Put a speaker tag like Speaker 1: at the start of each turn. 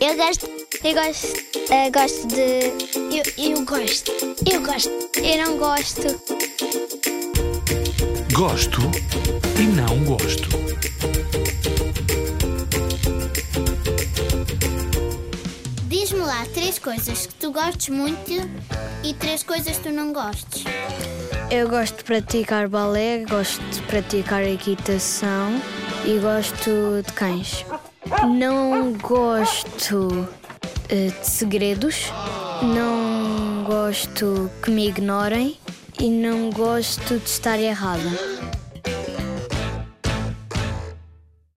Speaker 1: Eu gosto, eu gosto, eh, gosto de. Eu, eu gosto, eu gosto, eu não gosto.
Speaker 2: Gosto e não gosto.
Speaker 1: Diz-me lá três coisas que tu gostes muito e três coisas que tu não gostes.
Speaker 3: Eu gosto de praticar balé, gosto de praticar equitação e gosto de cães. Não gosto eh, de segredos, não gosto que me ignorem e não gosto de estar errada.